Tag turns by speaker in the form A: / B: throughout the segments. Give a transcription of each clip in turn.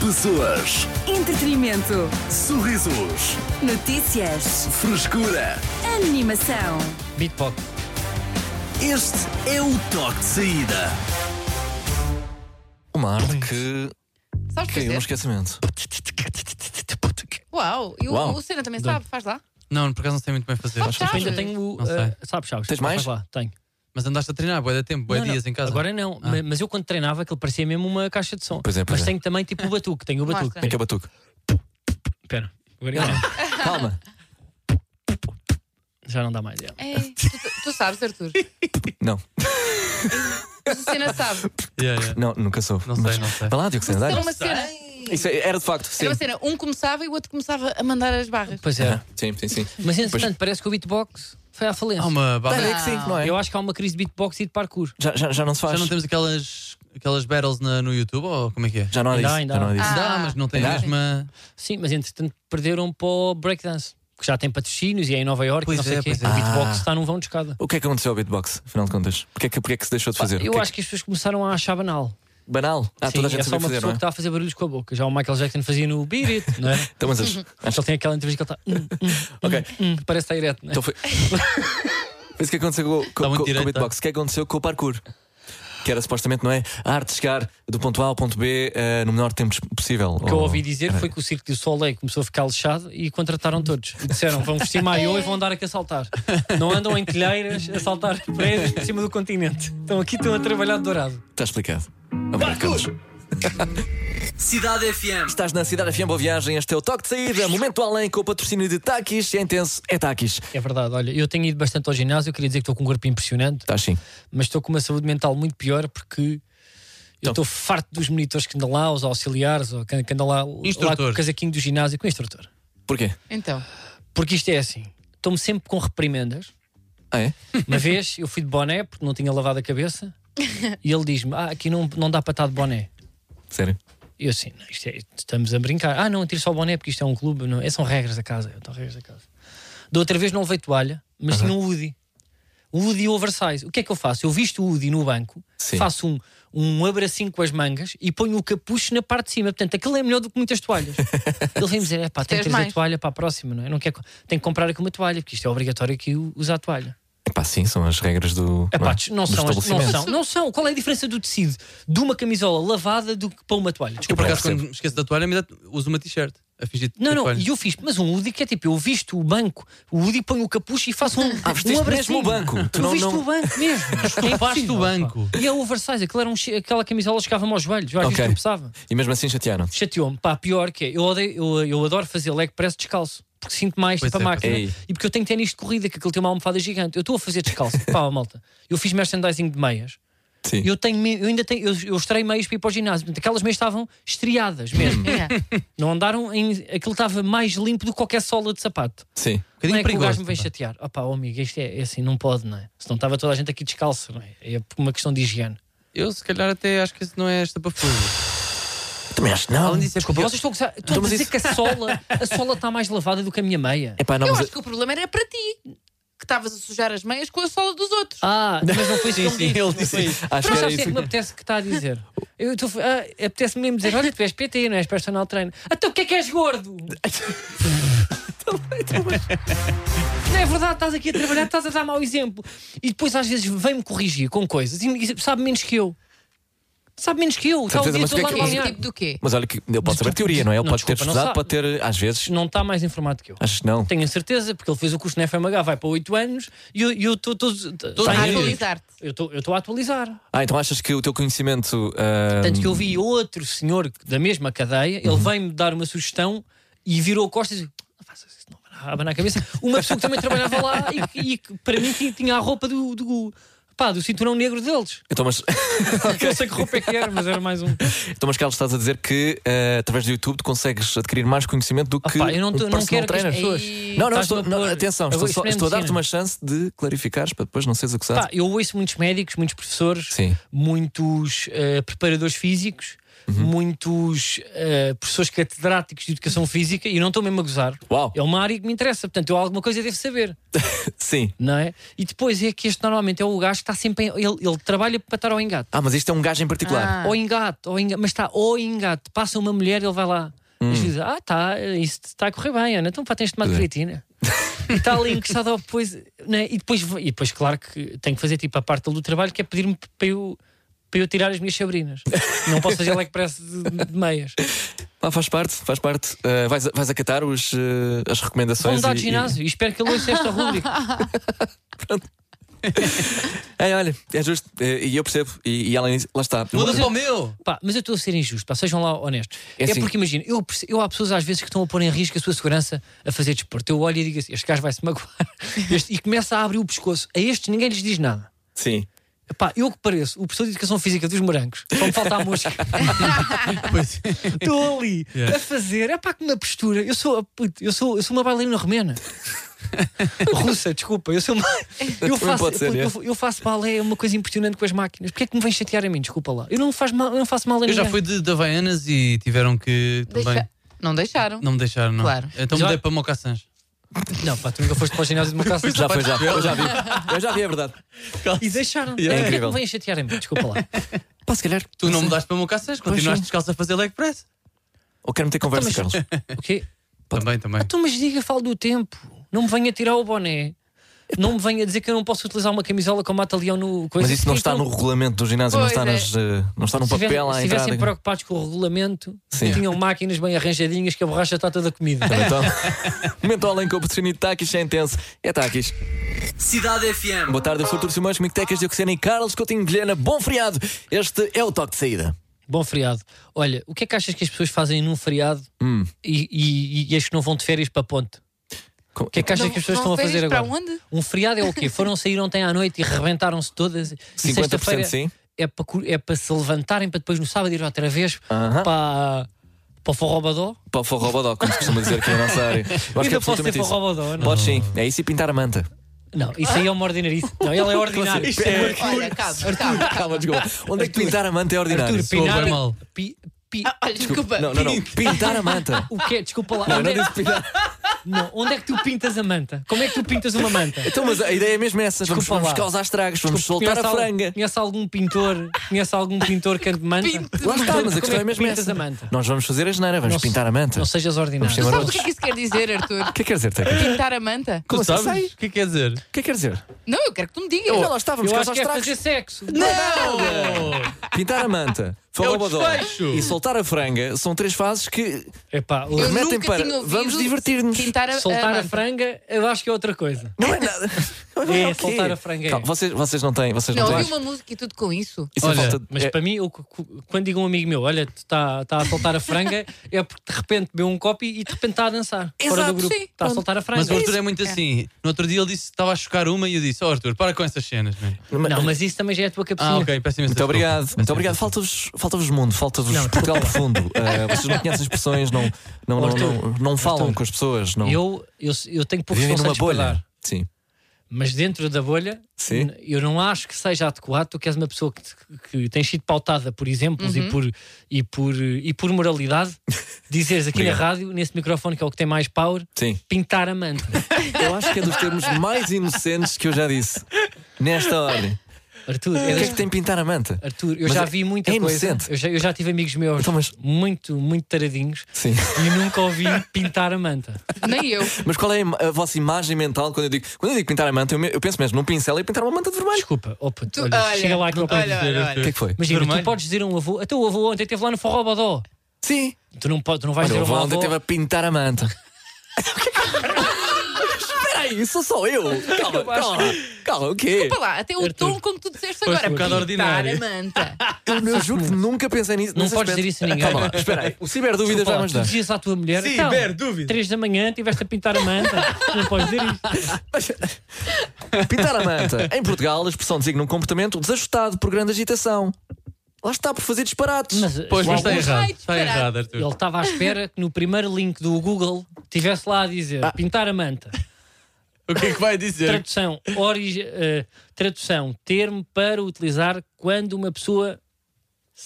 A: Pessoas,
B: Entretenimento.
A: sorrisos,
B: Notícias.
A: frescura.
B: Animação.
C: Beatpop.
A: Este é o toque de saída.
D: Uma arte que
E: Sabes
D: caiu no
E: fazer?
D: esquecimento.
E: Uau, e o,
D: Uau.
E: o Senna também sabe, faz lá.
F: Não, por acaso não sei muito bem fazer.
E: Pode
F: Mas
E: ser.
C: Ainda tenho o.
F: Não sei.
C: ah, sabes, sabes. Mas
D: Tens mais?
C: faz Lá, tenho.
F: Mas andaste a treinar, boa de tempo, boa
C: Não, não,
F: dias em casa.
C: Agora é não,
F: Ah.
C: ma- mas eu quando treinava aquilo parecia mesmo uma caixa de som.
D: Pois é, pois
C: mas
D: é.
C: tenho também tipo o batuque, tenho o batuque.
E: Mostra.
D: Em que é batuque?
C: Espera, agora já não.
D: Calma.
C: Já não dá mais. já.
E: Ei, É, tu, tu- tu sabes, Arthur.
D: Não,
E: Mas o Senna sabe.
F: Yeah, yeah.
D: não, nunca soube.
F: Não sei,
D: Mas-
F: não sei.
D: Vai lá, Diogo Sena,
E: Era
D: dá-lhe.
E: uma cena.
D: Isso é- era de facto, sim.
E: Era uma cena. Um começava e o outro começava a mandar as barras.
C: Pois é.
D: Ah, Sim, sim, sim.
C: Mas entretanto, parece que o beatbox foi à falência.
F: Há uma
D: Olha,
F: barra.
D: é que sim, não é?
C: Eu acho que há uma crise de beatbox e de parkour.
D: Já, já, já não se faz.
F: Já não temos aquelas, aquelas battles na- no YouTube ou como é que é?
D: Já não há
C: Ainda
D: disso.
C: há, ainda
D: já não há
C: há.
D: disso.
F: Dá, mas não tem
D: Dá.
F: a mesma.
C: Sim, mas entretanto perderam para o breakdance. Que já tem patrocínios e é em Nova Iorque,
F: Pois
C: não sei
F: é,
C: o quê.
F: pois é.
C: O
D: Ah.
C: beatbox está num vão de escada.
D: O que é que aconteceu ao beatbox, afinal de contas? Porquê é que, porquê é que se deixou de fazer? O
C: Eu
D: que é
C: acho que as pessoas começaram a achar banal.
D: que- Banal. Ah,
C: Sim,
D: toda a gente
C: é só
D: sabia
C: uma
D: fazer,
C: pessoa
D: não
C: que
D: é?
C: está a fazer barulhos com a boca. Já o Michael Jackton fazia no Beat It, não é?
D: Então, mas acho- acho-
C: Ele tem aquela entrevista que ele está.
D: Ok.
C: Hum, parece estar direto, não é?
D: Então foi. Foi isso que aconteceu com, com,
F: Tá
D: com-
F: muito
D: com
F: direito,
D: o beatbox. O que é que aconteceu com o parkour? Que era supostamente, não é? A arte de chegar do ponto A ao ponto B eh, no menor tempo possível.
C: O que eu ouvi dizer foi que o Circo do Soleil começou a ficar lixado e contrataram todos. E disseram: vão vestir maiô e vão andar aqui a saltar. Não andam em telheiras a saltar prédios por cima do continente. Estão aqui, estão a trabalhar de dourado.
D: Está explicado. Obrigado, Carlos.
A: Cidade FM.
D: Estás na Cidade FM Boa Viagem, este é o toque de saída, momento além com o patrocínio de Takis, é intenso, é Takis.
C: É verdade, olha, eu tenho ido bastante ao ginásio. Eu queria dizer que estou com um corpo impressionante,
D: Estás sim.
C: mas estou com uma saúde mental muito pior porque. Eu estou farto dos monitores que andam lá, os auxiliares, ou que que andam lá, lá com o
F: Instrutores.
C: casaquinho do ginásio, com o instrutor.
D: Porquê?
E: Então,
C: Porque isto é assim: estou-me sempre com reprimendas.
D: Ah, é?
C: Uma vez eu fui de boné porque não tinha lavado a cabeça e ele diz-me: Ah, aqui não, não dá para estar de boné.
D: Sério?
C: E eu assim: não, isto é- Estamos a brincar. Ah, não, tiro só o boné porque isto é um clube. Não, é, são regras da casa. Eu, "Então, regras da casa. Da outra vez não levei toalha, mas sim um hoodie. Um hoodie oversize. O que é que eu faço? Eu visto o hoodie no banco,
D: Sim.
C: faço um, um abracinho com as mangas e ponho o capucho na parte de cima. Portanto, aquilo é melhor do que muitas toalhas. Ele vem dizer: É pá, tem
E: Tens
C: que trazer
E: mais.
C: toalha para a próxima, não é? Eu Não quero, co- tenho que comprar aqui uma toalha porque isto é obrigatório aqui usar toalha.
D: Epá, sim, são as regras do.
C: É pá,
D: é?
C: não,
D: do
C: são, as- não
D: estabelecimento.
C: são, não são. Qual é a diferença do tecido de uma camisola lavada do que para uma toalha?
F: Eu
C: Desculpa.
F: por
D: Não
F: acaso,
D: percebo.
F: quando me esqueço da toalha, me dá- uso uma t-shirt. A fingir
C: Não,
F: ter
C: não,
F: toalha.
C: e eu fiz, mas um UDI que é tipo, eu visto o banco, o UDI põe o capucho e faço um.
D: Ah, vestiste
C: um abracinho.
D: mesmo o banco. Tu
C: Eu
D: não-
C: visto
D: não-
C: o banco mesmo. É
F: Faz-te
C: impossível,
F: o
C: pá.
F: banco.
C: E é o oversize, aquela, era um, che- aquela camisola chegava-me aos joelhos, eu às
D: Ok.
C: vezes tropeçava.
D: E mesmo assim chatearam.
C: Chateou-me, pá, pior que é. Eu, odeio, eu, eu adoro fazer leg press descalço. Porque sinto mais
F: Pois
C: tipo a
F: é, pois
C: máquina.
D: é. Ei.
C: E porque eu tenho ténis de corrida, que aquilo tem uma almofada gigante. Eu estou a fazer descalço. Pá, malta. Eu fiz merchandising de meias.
D: Sim.
C: E eu tenho me- eu ainda tenho, eu, eu estrei meias para ir para o ginásio. Portanto, aquelas meias estavam estriadas mesmo.
E: é.
C: não andaram em. Aquilo estava mais limpo do que qualquer sola de sapato.
D: Sim.
F: Um bocadinho
C: não é que o gajo
F: perigoso.
C: me vem
F: também.
C: chatear. Opá, oh, amigo, isto é, é assim, não pode, não é? Senão estava toda a gente aqui descalço, não é? É por uma questão de higiene.
F: Eu, se calhar, até acho que isso não é esta para
D: Também acho que não.
F: Além disso, é
C: Desculpa, vocês
F: porque-
C: estão a gozar- estão a
D: Então, mas
C: dizer
D: isso-
C: que a sola, a sola está mais lavada do que a minha meia.
D: Epá, não,
E: eu
D: mas-
E: acho que o problema era para ti. Que estavas a sujar as meias com a sola dos outros.
C: Ah, mas não foi isso que ele disse.
D: Ele disse.
C: Mas
D: Acho que era
C: sabes o que é
D: isso.
C: que me apetece que está a dizer? Eu estou ah, apetece-me mesmo dizer: olha, tu és PT, não és personal trainer. Então o que é que és gordo? não é verdade, estás aqui a trabalhar, estás a dar mau exemplo. E depois às vezes vem-me corrigir com coisas e e sabe menos que eu. Sabe menos que eu. Está o
D: Certeza,
C: dia
D: mas o
C: todo
D: que é
C: lá
D: que-
C: no
E: Esse
C: balneário.
E: tipo do quê?
D: Mas olha que ele pode saber teoria, não é? Ele
C: Não,
D: pode ter
C: desculpa, não sabe.
D: estudado, pode ter, às vezes.
C: Não está mais informado que eu.
D: Acho que não.
C: Tenho a certeza, porque ele fez o curso na FMH, vai para 8 anos e eu- e eu estou todo.
E: Para
C: Está em-
E: atualizar-te.
C: Eu estou- eu estou a atualizar.
D: Ah, então achas que o teu conhecimento. ah,
C: Tanto que eu vi outro senhor da mesma cadeia, ele veio-me dar uma sugestão e virou costas e disse, não faças isso, não vai abanar a cabeça. Uma pessoa que também trabalhava lá e, que- e que para mim tinha- tinha a roupa do, do, pá, do cinturão negro deles.
D: Então, mas,
C: Não sei que roupa é que era, mas era mais um.
D: então, mas Carlos, estás a dizer que ah, através do YouTube tu consegues adquirir mais conhecimento do que.
C: pá, eu não
D: um
C: tô- não quero
D: personal
C: que as
D: trainer.
C: pessoas-
D: Não, não,
C: Estás-me
D: estou,
C: a
D: não,
C: pôr-
D: atenção,
C: Eu
D: estou,
C: vou-
D: só-
C: isso mesmo
D: estou a dar-te
C: ensina.
D: uma chance de clarificares para depois não seres acusado.
C: Pá, eu ouço muitos médicos, muitos professores,
D: Sim.
C: muitos eh, preparadores físicos muitos eh, professores catedráticos de educação física e eu não estou mesmo a gozar.
D: Uau.
C: É uma área que me interessa, portanto, eu alguma coisa devo saber,
D: Sim.
C: não é? E depois é que este normalmente é o gajo que está sempre. em- ele, ele trabalha para estar ao engate.
D: Ah, mas isto é um gajo em particular.
E: Ah.
C: Ou engate, ou engate, mas está ou engate. Passa uma mulher e ele vai lá. E diz: Ah, tá, isso está a correr bem, Ana. Então, pá, tens tomado
D: Hum. Pois é.
C: creatina. e está ali encostado ao depois, né? e depois. E depois, claro que tenho que fazer tipo a parte do trabalho que é pedir-me para eu, para eu tirar as minhas sabrinas. Não posso fazer leg press de, de meias.
D: Ah, faz parte, faz parte. Ah, vais, vais acatar os, eh, as
C: Vou
D: recomendações.
C: mudar
D: e-
C: de
D: e-
C: ginásio e espero que ele ouça esta rubrica.
D: É, olha, é justo. Eh, E eu percebo. E, e além disso, lá está.
F: Muda para o meu!
C: Pá, mas eu estou a ser injusto, pá, sejam lá honestos.
D: É
C: É,
D: assim.
C: porque imagina, eu, perce- eu há pessoas às vezes que estão a pôr em risco a sua segurança a fazer desporto. Eu olho e digo assim: este gajo vai se magoar Este- e começa a abrir o pescoço. A estes ninguém lhes diz nada.
D: Sim.
C: Pá, eu que pareço o professor de educação física dos morangos, só me falta a mosca.
F: Pois é.
C: Estou ali
F: Yeah.
C: a fazer, é pá, com uma postura. Eu sou, puto, eu sou, eu sou uma bailarina romena. Russa, desculpa, eu sou uma. Eu faço,
D: pode ser,
C: puto,
D: é.
C: eu, eu faço balé, é uma coisa impressionante com as máquinas. Porquê é que me vem chatear a mim? Desculpa lá. Eu não, faz mal, eu não faço mal a
F: Eu
C: ninguém.
F: já fui de, de Havaianas e tiveram que também.
E: Deixa- Não deixaram.
F: Não me deixaram, não.
E: Claro.
F: Então
C: Já-
F: mudei para Mocassins.
C: Não, pá, tu nunca foste para o ginásio de uma casa.
D: Já foi, já. Eu já vi. Eu já vi, é verdade.
C: E deixaram.
D: É
C: Porquê que
D: incrível.
C: me vêm chatear a mim? Desculpa lá.
D: Pá, se calhar.
F: Tu não mudaste para Mocassins, continuaste descalço a fazer leg press.
D: Ou quero meter conversa,
C: Então,
D: Carlos.
C: O quê?
F: Também, também.
C: Então, mas diga, falo do tempo. Não me venha tirar o boné. Não me venha dizer que eu não posso utilizar uma camisola com mata-leão no. coisa.
D: Mas isso não
C: Porquê
D: está
C: que
D: no regulamento do ginásio, não
E: Pois
D: está,
E: é.
D: nas, eh, não está num
C: Se
D: papel
C: tivessem-
D: lá
C: se
D: à
C: estivessem
D: entrada.
C: preocupados com o regulamento,
D: Sim.
C: tinham máquinas bem arranjadinhas que a borracha está toda comida.
D: Mentol. Mentol em competição de taquis é intenso. É taquis.
A: Cidade FM.
D: Boa tarde, eu sou o Turcio Simões, comigo Tecas de Oxena e Carlos Coutinho de Vilhena. Bom feriado. Este é o toque de saída.
C: Bom feriado. Olha, o que é que achas que as pessoas fazem num feriado
D: Hum.
C: e, e, e as que não vão de férias para a ponte?
D: Com-
C: O que é que achas
E: Não-
C: que as pessoas
E: não
C: estão a fazer
E: férias para
C: agora?
E: onde?
C: Um feriado é o quê? Foram sair ontem à noite e rebentaram-se todas. E
D: 50%
C: sexta-feira
D: sim.
C: É para, cu- é para se levantarem para depois no sábado ir outra vez
D: Aham.
C: para, para o Forrobadó.
D: Para o forrobodó, como se costuma dizer aqui na nossa área. Eu acho que
C: Ainda
D: é
C: posso ser
D: absolutamente isso.
C: Forrobadó, não?
D: Pode sim. É isso e pintar a manta.
C: Não, isso aí é uma ordinarice. Não, ele é ordinário. Isto é
E: Olha, calma, calma.
D: Calma, desculpa. Onde é que pintar a manta é ordinário?
C: Arthur,
F: Soa
C: pinar,
F: bem mal.
C: pi- pi-
E: Ah, Olha, desculpa.
D: Não, não, não. Pintar a manta.
C: o que é? Desculpa lá.
D: Não,
C: onde, é,
D: não disse pintar.
C: não, onde é que tu pintas a manta? Como é que tu pintas uma manta?
D: Então, mas a ideia é mesmo essa. Vamos,
C: Desculpa lá.
D: vamos causar estragos, vamos soltar
C: Conhece
D: a
C: al-
D: franga.
C: Conhece algum pintor? Conhece algum pintor que ande de manta?
E: Pinte-
D: Lá está, mas
C: Como
D: a
C: é
D: questão
C: que
D: é mesmo
C: pintas
D: essa.
C: a manta?
D: Nós vamos fazer a geneira, vamos
C: Não se-
D: pintar a manta.
C: Não
D: O
C: sejas ordinário.
D: Vamos
E: Tu
D: embora.
E: sabes o que é que isso quer dizer,
D: que
E: Arthur?
D: é que quer dizer, Tecas?
E: Pintar a manta?
D: Como
F: Tu
D: assim?
F: sabes?
D: Sei.
F: O que é que quer dizer?
D: O que é que quer dizer?
E: Não, eu quero que tu me digas.
D: Já lá estávamos,
C: Eu acho
D: causar
C: que é
D: estragos.
C: fazer sexo.
F: Não!
D: Pintar a manta, forrobodó
F: desfecho.
D: e soltar a franga são três fases que
C: Epá, o-
E: Eu
D: remetem
E: nunca
D: para
E: tinha ouvido
D: vamos divertir-nos.
E: Pintar a,
C: soltar a
E: manta.
C: franga, eu acho que é outra coisa.
D: Não é nada.
C: É,
D: o quê?
C: soltar a franga é.
D: Calma, vocês, vocês não têm, vocês não,
E: Não,
D: têm.
E: ouvi uma música e tudo com isso.
D: Isso é
F: Olha,
D: falta de-
C: Mas
D: é-
C: para mim, eu cu- cu- quando digo a um amigo meu, olha, está tá a soltar a franga, é porque de repente bebeu um copo e e de repente está a dançar. fora
E: Exato,
C: do grupo.
E: sim.
C: Está a soltar a franga.
F: Mas o Arthur é muito assim. No outro dia ele disse que estava a chocar uma e eu disse: Oh Arthur, para com essas cenas, man.
C: Não, mas isso também já é a tua cabecinha.
F: Ah, ok, peço imensa
D: Muito obrigado,
F: desculpa.
D: muito obrigado. Falta-vos falta mundo, falta-vos
C: Não,
D: Portugal profundo. Ah, vocês não conhecem expressões, não, não, não,
C: Arthur,
D: não, não falam
C: Arthur,
D: com as pessoas, não
C: Eu, eu, eu tenho poucos
D: então. vivem numa
C: conselhos para dar.
D: bolha. Sim.
C: Mas dentro da bolha,
D: Sim.
C: n- eu não acho que seja adequado. Tu que és uma pessoa que, que tem sido pautada por exemplos e, por, e, por, e por moralidade, dizeres aqui na rádio, nesse microfone que é o que tem mais power,
D: Sim.
C: pintar a manta.
D: Eu acho que é dos termos mais inocentes que eu já disse. Nesta ordem.
C: Arthur,
D: O
C: é
D: que é
C: das-
D: que tem pintar a manta?
C: Arthur, eu
D: Mas
C: já
D: é-
C: vi muita
D: é
C: coisa.
D: inocente.
C: Eu já, eu já tive amigos meus
D: Então, mas-
C: muito, muito taradinhos
D: Sim.
C: e nunca ouvi pintar a manta.
E: Nem eu.
D: Mas qual é a im- a vossa imagem mental quando eu digo, quando eu digo pintar a manta? Eu, me- eu penso mesmo num pincel e pintar uma manta de vermelho.
C: Desculpa, oh puto,
E: Tu-
C: olha,
E: olha,
C: chega lá que eu
E: olha, olha,
D: O que é que foi?
C: Imagina,
F: Vermelho.
C: tu podes dizer a um avô, até o avô ontem esteve lá no Forrobodó.
D: Sim.
C: Tu não, podes, tu não vais
D: Olha, o
C: dizer a um
D: Valde
C: avô.
D: teve a pintar a manta. Espera aí, sou só eu. Calma, calma, calma, o quê?
E: Para lá, até o
C: Arthur.
E: tom como tu disseste
F: Pois,
E: agora.
F: um bocado
E: pintar
F: ordinário.
E: a manta.
D: Eu, eu juro que nunca pensei nisso.
C: Não
D: nesse
C: podes
D: aspecto.
C: dizer isso a ninguém.
D: Calma lá, espera aí. O Ciberdúvidas vai me
C: Pá, tu
D: ajudar.
C: dizias à tua mulher,
F: Sim,
C: então,
F: Ber, dúvida.
C: 3 da manhã tiveste a pintar a manta. não podes dizer isto.
D: Pintar a manta. Em Portugal, a expressão designa um comportamento desajustado por grande agitação. Lá está, por fazer disparates.
C: Mas,
F: Pois, mas está
C: algum-
F: errado.
E: Ai,
F: Está errado,
C: Ele
F: Arthur.
C: estava à espera que no primeiro link do Google tivesse lá a dizer
D: Ah.
C: pintar a manta.
F: O que é que vai dizer?
C: Tradução, origi- eh, tradução, termo para utilizar quando uma pessoa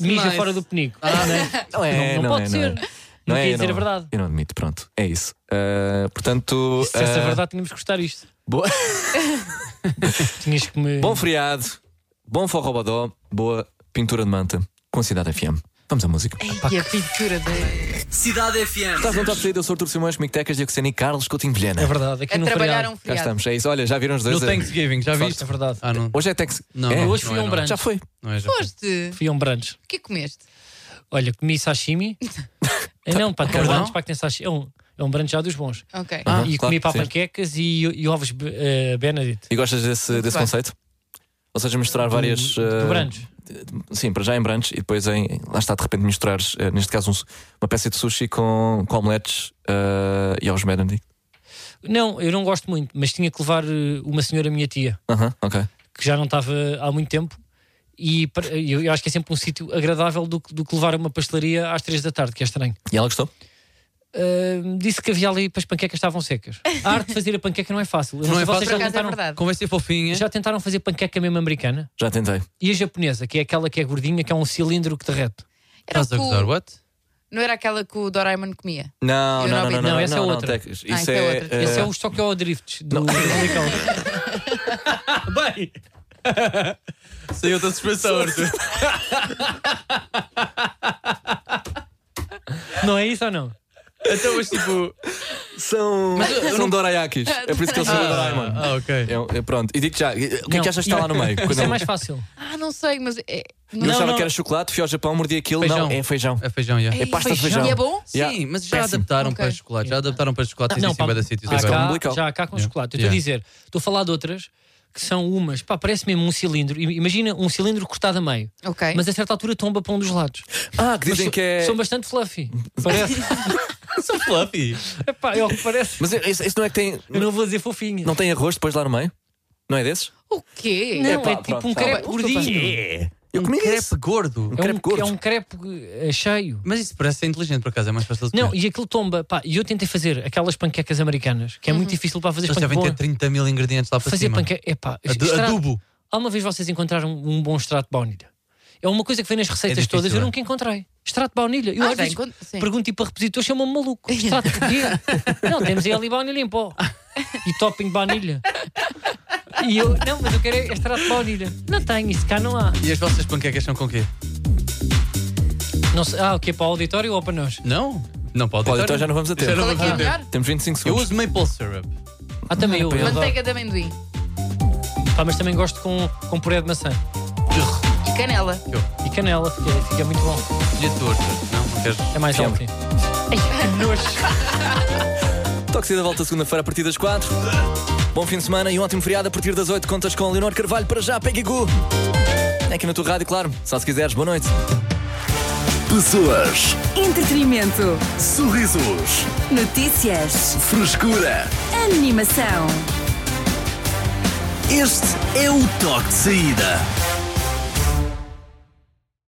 C: mija
F: Nice.
C: fora do penico.
F: Ah,
D: Não é,
C: não, não pode
D: é,
C: ser.
D: é.
C: Não
D: é,
C: queria dizer
D: não.
C: a verdade.
D: Eu não admito, pronto, é isso. Ah, portanto,
C: Se essa é
D: ah,
C: verdade, tínhamos que cortar isto.
D: boa-
C: Tinhas que me.
D: bom feriado, bom forrobodó, boa pintura de manta com Cidade FM. Vamos à música.
C: É
E: E a pintura de...
A: Cidade FM.
D: Estás no top saída, eu sou o Artur Simões, comigo Tecas, Diego Sena e Carlos Coutinho Vilhena.
C: é verdade. Aqui
E: A
C: no
E: trabalhar
C: feriado.
E: um
D: Cá
E: feriado.
D: estamos, é isso. Olha, já viram os dois.
F: No Thanksgiving, já
C: Isto
F: viste?
C: é verdade.
F: Ah, não.
D: Hoje é Tex.
F: Não,
D: é.
F: não,
C: Hoje
F: não
C: fui
F: é,
C: um
F: não é.
C: branco.
D: Já foi.
F: Não é, já.
E: Foste.
C: Fui a um brunch.
E: O que é que comeste?
C: Olha, comi sashimi. É, não, pá, que é um
F: Perdão?
C: brunch, pá, que tem sashimi. É um, é um brunch já dos bons.
E: Ok.
D: Ah,
C: e
D: claro,
C: comi
D: sim.
C: papanquecas e, e ovos eh, Benedict.
D: E gostas desse, desse
E: bem.
D: conceito? Ou seja, misturar várias.
C: Do
D: eh,
C: brunch.
D: Sim, para já em brunch e depois em. Lá está, de repente, misturares, eh, neste caso, um su- uma peça de sushi com, com omeletes eh, e aos Benedict.
C: Não, eu não gosto muito, mas tinha que levar eh, uma senhora, minha tia,
D: Aham, ok.
C: que já não estava há muito tempo. E para- eu eu acho que é sempre um sítio agradável do, que- do que levar a uma pastelaria às três da tarde, que é estranho.
D: E ela gostou?
C: Ahm, disse que havia ali para as panquecas estavam secas. A arte de fazer a panqueca não é fácil. Eu
F: Não
C: sei se
F: é
C: vocês
F: fácil.
E: Por
C: já
E: acaso é
C: tentaram,
E: verdade.
F: Conversa fofinha.
C: já tentaram fazer panqueca mesmo americana
D: Já tentei.
C: e a japonesa, que é aquela que é gordinha, que é um cilindro que derrete.
E: Era
F: Estás a
E: com-
F: gozar, what?
E: Não era aquela que o Doraemon comia?
D: Não,
E: Eu
D: não, não, não,
E: não vi.
D: não,
C: Não, essa é
D: não, não,
C: outra.
D: Tecas.
E: Ah,
D: Isso
E: essa é
D: é.
E: outra.
D: eh,
C: Esse é o Tokyo Drift do, do musical. Bem,
F: Saiu da suspensão, Arthur.
C: não é isso ou não?
F: então, mas tipo.
D: São. São Dorayakis. É por isso que eles são o Doraemon.
F: Ah, ok.
D: É, é, pronto, e digo já, eh, o que é
C: Não.
D: que achas que está lá no meio? Quando
C: Isso é
D: eu-
C: mais fácil.
E: Ah, não sei, mas. É...
D: eu
E: Não,
D: achava
C: não.
D: que era chocolate, fui ao Japão, mordi aquilo. Não,
F: Feijão.
D: é feijão.
F: É feijão, já.
D: É pasta de feijão.
E: E é bom?
F: Sim,
D: Yeah.
F: mas já
D: Péssimo.
F: adaptaram
E: Ok.
F: para chocolate. Já adaptaram para chocolate. Não,
C: pá,
F: existem da sítios.
C: há
F: agora.
C: cá-
D: umbilical.
C: já há cá com
F: é Yeah.
C: chocolate. Eu
F: Yeah.
C: estou a dizer, estou a falar de outras que são umas, pá, parece mesmo um cilindro. I- Imagina um cilindro cortado a meio,
E: Ok.
C: mas a certa altura tomba para um dos lados.
D: Ah, que dizem
C: Mas
D: que é.
C: São bastante fluffy. Parece.
F: Ah, São fluffy.
C: Epá, é o que parece.
D: Mas isso, isso não é que tem.
C: Eu não vou dizer fofinho.
D: Não tem arroz depois lá no meio? Não é desses?
E: O quê?
C: Não,
D: Epá,
C: é tipo
D: pronto,
C: um
D: tá
C: crepe
E: bem.
C: gordinho.
D: Eu comi isso.
F: Crepe gordo.
C: É
D: crepe
C: um,
D: gordo.
C: é um crepe eh, cheio.
F: Mas isso parece ser inteligente, por acaso. É mais fácil de
C: Não,
F: comer.
C: e aquilo tomba. Pá, e eu tentei fazer aquelas panquecas americanas,
D: Uhum.
C: que é muito difícil para fazer
F: Eles devem ter
C: panquecas.
F: 30 mil ingredientes lá para
C: Fazer
F: cima.
C: panqueca. Epá,
F: Adu-
C: extrato-
F: Adubo.
C: Alguma vez vocês encontraram um bom extrato de baunilha? É uma coisa que vem nas receitas
F: difícil,
C: todas, eu
F: é?
C: nunca encontrei. Extrato de baunilha. Eu
E: Ah,
C: às
E: já
C: vezes
E: encont- sim.
C: pergunto tipo a repositor, chamam-me maluco. Extrato de quê? não, temos aí ali baunilha em pó. E topping de baunilha. E eu, não, mas eu quero é extrato de baunilha. Não tenho, isso cá não há.
F: E as vossas panquecas são com quê?
C: Não sei, ah, o que para o auditório ou para nós?
F: Não? Não pode.
D: Pode, então já não vamos a
F: Já
D: ter.
F: não
E: Qual é
F: vamos
E: que é a
F: a ter.
E: melhor?
D: Temos 25
F: Eu
D: segundos.
F: uso maple syrup.
C: Ah, também eu. eu adoro.
E: Manteiga de amendoim
C: Pá, mas também gosto com, com puré de maçã.
E: e canela.
C: E canela, fica, fica muito bom.
F: E a torta? Não, não queres.
C: É mais
D: Fiambre.
C: alto. Nojo.
D: Toxida volta segunda-feira a partir das 4. Bom fim de semana e um ótimo feriado a partir das 8. Contas com Leonor Carvalho para já, Peggy Goo. Aqui na tua rádio, claro. Só se quiseres, boa noite.
A: Pessoas,
B: Entretenimento.
A: sorrisos,
B: Notícias.
A: frescura.
B: Animação.
A: Este é o toque de saída.